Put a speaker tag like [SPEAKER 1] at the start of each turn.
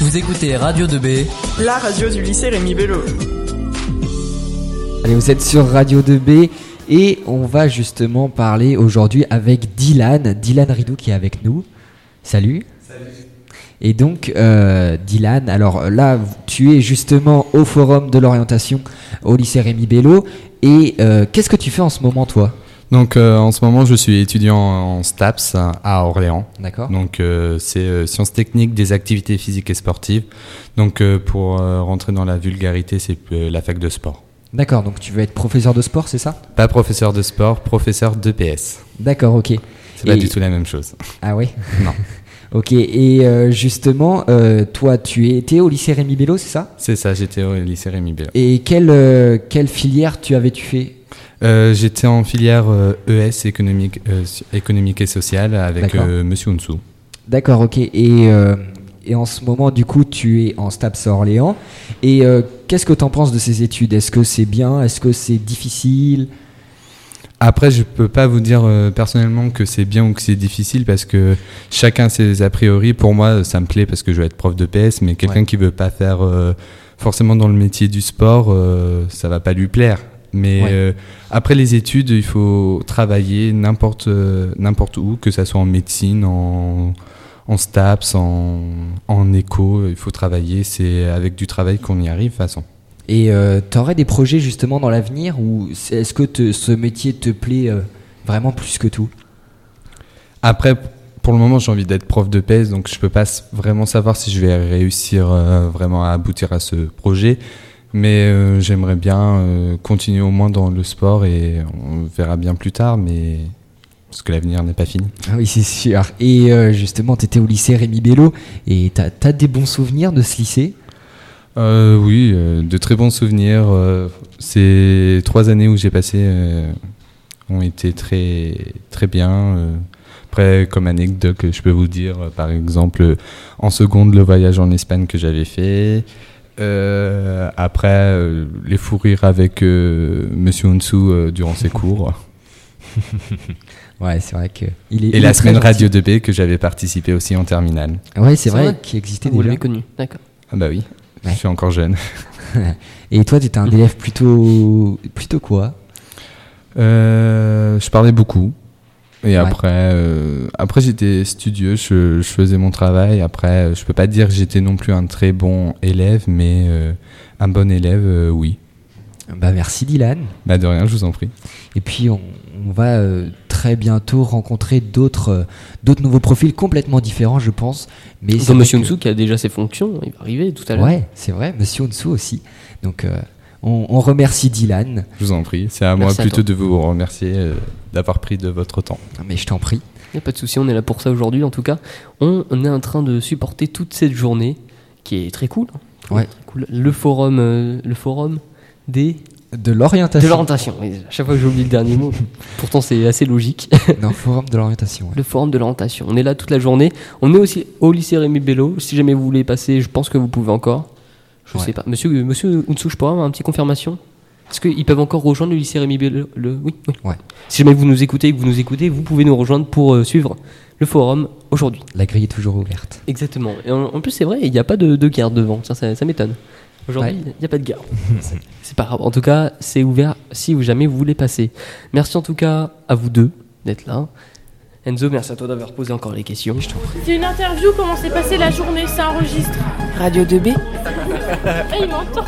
[SPEAKER 1] Vous écoutez Radio 2B.
[SPEAKER 2] La radio du lycée Rémi Bello.
[SPEAKER 3] Allez, vous êtes sur Radio 2B et on va justement parler aujourd'hui avec Dylan, Dylan Ridou qui est avec nous. Salut. Et donc, euh, Dylan, alors là, tu es justement au forum de l'orientation au lycée Rémi Bello. Et euh, qu'est-ce que tu fais en ce moment, toi
[SPEAKER 4] Donc euh, en ce moment, je suis étudiant en STAPS à Orléans.
[SPEAKER 3] D'accord
[SPEAKER 4] Donc euh, c'est euh, sciences techniques des activités physiques et sportives. Donc euh, pour euh, rentrer dans la vulgarité, c'est euh, la fac de sport.
[SPEAKER 3] D'accord, donc tu veux être professeur de sport, c'est ça
[SPEAKER 4] Pas professeur de sport, professeur d'EPS.
[SPEAKER 3] D'accord, ok.
[SPEAKER 4] C'est pas
[SPEAKER 3] Et-
[SPEAKER 4] du tout la même chose.
[SPEAKER 3] Ah oui
[SPEAKER 4] Non.
[SPEAKER 3] Ok, et euh, justement, euh, toi, tu étais au lycée Rémi Bello, c'est ça
[SPEAKER 4] C'est ça, j'étais au lycée Rémi Bello.
[SPEAKER 3] Et quelle, euh, quelle filière tu avais-tu fait
[SPEAKER 4] Euh, j'étais en filière euh, ES, économique, euh, so- économique et sociale, avec
[SPEAKER 3] D'accord.
[SPEAKER 4] euh, Monsieur Hounsou.
[SPEAKER 3] D'accord, ok. Et, euh, et en ce moment, du coup, tu es en STAPS à Orléans. Et euh, qu'est-ce que tu en penses de ces études Est-ce que c'est bien Est-ce que c'est difficile
[SPEAKER 4] Après, je peux pas vous dire euh, personnellement que c'est bien ou que c'est difficile parce que chacun ses a priori. Pour moi, ça me plaît parce que je veux être prof de PS, mais quelqu'un
[SPEAKER 3] Ouais.
[SPEAKER 4] qui veut pas faire euh, forcément dans le métier du sport, euh, ça va pas lui plaire. Mais
[SPEAKER 3] Ouais.
[SPEAKER 4] euh, après les études, il faut travailler n'importe euh, n'importe où, que ça soit en médecine, en en STAPS, en, en éco, il faut travailler. C'est avec du travail qu'on y arrive, de toute façon.
[SPEAKER 3] Et euh, tu aurais des projets justement dans l'avenir Ou c'est- est-ce que te- ce métier te plaît euh, vraiment plus que tout
[SPEAKER 4] Après, pour le moment, j'ai envie d'être prof de PS, donc je peux pas s- vraiment savoir si je vais réussir euh, vraiment à aboutir à ce projet. Mais euh, j'aimerais bien euh, continuer au moins dans le sport et on verra bien plus tard, mais parce que l'avenir n'est pas fini.
[SPEAKER 3] Ah Oui, c'est sûr. Et euh, justement, tu étais au lycée Rémi Bello. Et tu as, des bons souvenirs de ce lycée
[SPEAKER 4] Euh, oui, euh, de très bons souvenirs. euh, ces trois années où j'ai passé euh, ont été très très bien. euh. après, comme anecdote, je peux vous dire, euh, par exemple, euh, en seconde, le voyage en Espagne que j'avais fait. Euh, après, euh, les fous rires avec euh, Monsieur Onsu durant ses cours.
[SPEAKER 3] Ouais, c'est vrai que. Il est,
[SPEAKER 4] Et
[SPEAKER 3] il
[SPEAKER 4] la
[SPEAKER 3] est très
[SPEAKER 4] semaine
[SPEAKER 3] gentil.
[SPEAKER 4] Radio 2B que j'avais participé aussi en terminale.
[SPEAKER 3] Ouais, c'est
[SPEAKER 5] C'est
[SPEAKER 3] vrai,
[SPEAKER 5] vrai
[SPEAKER 3] qu'il existait
[SPEAKER 5] Vous
[SPEAKER 3] déjà.
[SPEAKER 5] l'avez connu, d'accord.
[SPEAKER 4] Ah bah oui,
[SPEAKER 3] Ouais.
[SPEAKER 4] je suis encore jeune.
[SPEAKER 3] Et toi, tu étais un
[SPEAKER 5] Mhm.
[SPEAKER 3] élève plutôt. plutôt quoi
[SPEAKER 4] Euh, je parlais beaucoup. Et
[SPEAKER 3] Ouais.
[SPEAKER 4] après, euh, après j'étais studieux, je, je faisais mon travail. Après, euh, je peux pas dire que j'étais non plus un très bon élève, mais euh, un bon élève, euh, oui.
[SPEAKER 3] Bah merci Dylan.
[SPEAKER 4] Bah de rien, je vous en prie.
[SPEAKER 3] Et puis on, on va euh, très bientôt rencontrer d'autres euh, d'autres nouveaux profils complètement différents, je pense. Mais c'est
[SPEAKER 5] Comme Monsieur
[SPEAKER 3] vrai que-
[SPEAKER 5] Msou qui a déjà ses fonctions, hein, il va arriver tout à l'heure.
[SPEAKER 3] Ouais, c'est vrai, Monsieur Onsu aussi. Donc euh, on, on remercie Dylan,
[SPEAKER 4] Je vous en prie. C'est à
[SPEAKER 5] Merci à
[SPEAKER 4] moi plutôt de vous remercier euh, d'avoir pris de votre temps.
[SPEAKER 3] mais je t'en prie.
[SPEAKER 5] Il n'y a pas de souci, on est là pour ça aujourd'hui en tout cas. On, on est en train de supporter toute cette journée qui est très cool. hein, très,
[SPEAKER 3] Ouais.
[SPEAKER 5] très cool. Le forum, euh, le forum des
[SPEAKER 3] De
[SPEAKER 5] de
[SPEAKER 3] l'orientation.
[SPEAKER 5] l'orientation. Oui, À chaque fois que j'oublie le dernier mot, pourtant c'est assez logique.
[SPEAKER 3] non, forum de l'orientation. hein. ouais.
[SPEAKER 5] Le forum de l'orientation. On est là toute la journée. On est aussi au lycée Rémi Bello. Si jamais vous voulez passer, je pense que vous pouvez encore. Je
[SPEAKER 3] Ouais.
[SPEAKER 5] sais pas. Monsieur, monsieur Hounsou, je pourrais avoir un petit confirmation Est-ce qu'ils peuvent encore rejoindre le lycée Rémi Bello le... Oui, oui.
[SPEAKER 3] Ouais.
[SPEAKER 5] Si jamais vous nous écoutez et que vous nous écoutez, vous pouvez nous rejoindre pour euh, suivre le forum aujourd'hui.
[SPEAKER 3] La grille est toujours ouverte.
[SPEAKER 5] Exactement. Et en, en plus, c'est vrai, il n'y a pas de, de garde devant. Ça, ça, ça m'étonne. Aujourd'hui, il n'y a pas de garde. C'est- c'est pas grave. En tout cas, c'est ouvert si ou jamais vous voulez passer. Merci en tout cas à vous deux d'être là. Enzo, merci à toi d'avoir posé encore les questions.
[SPEAKER 6] C'est une interview, comment s'est passée la journée, ça enregistre.
[SPEAKER 7] Radio 2B
[SPEAKER 6] Et il m'entend.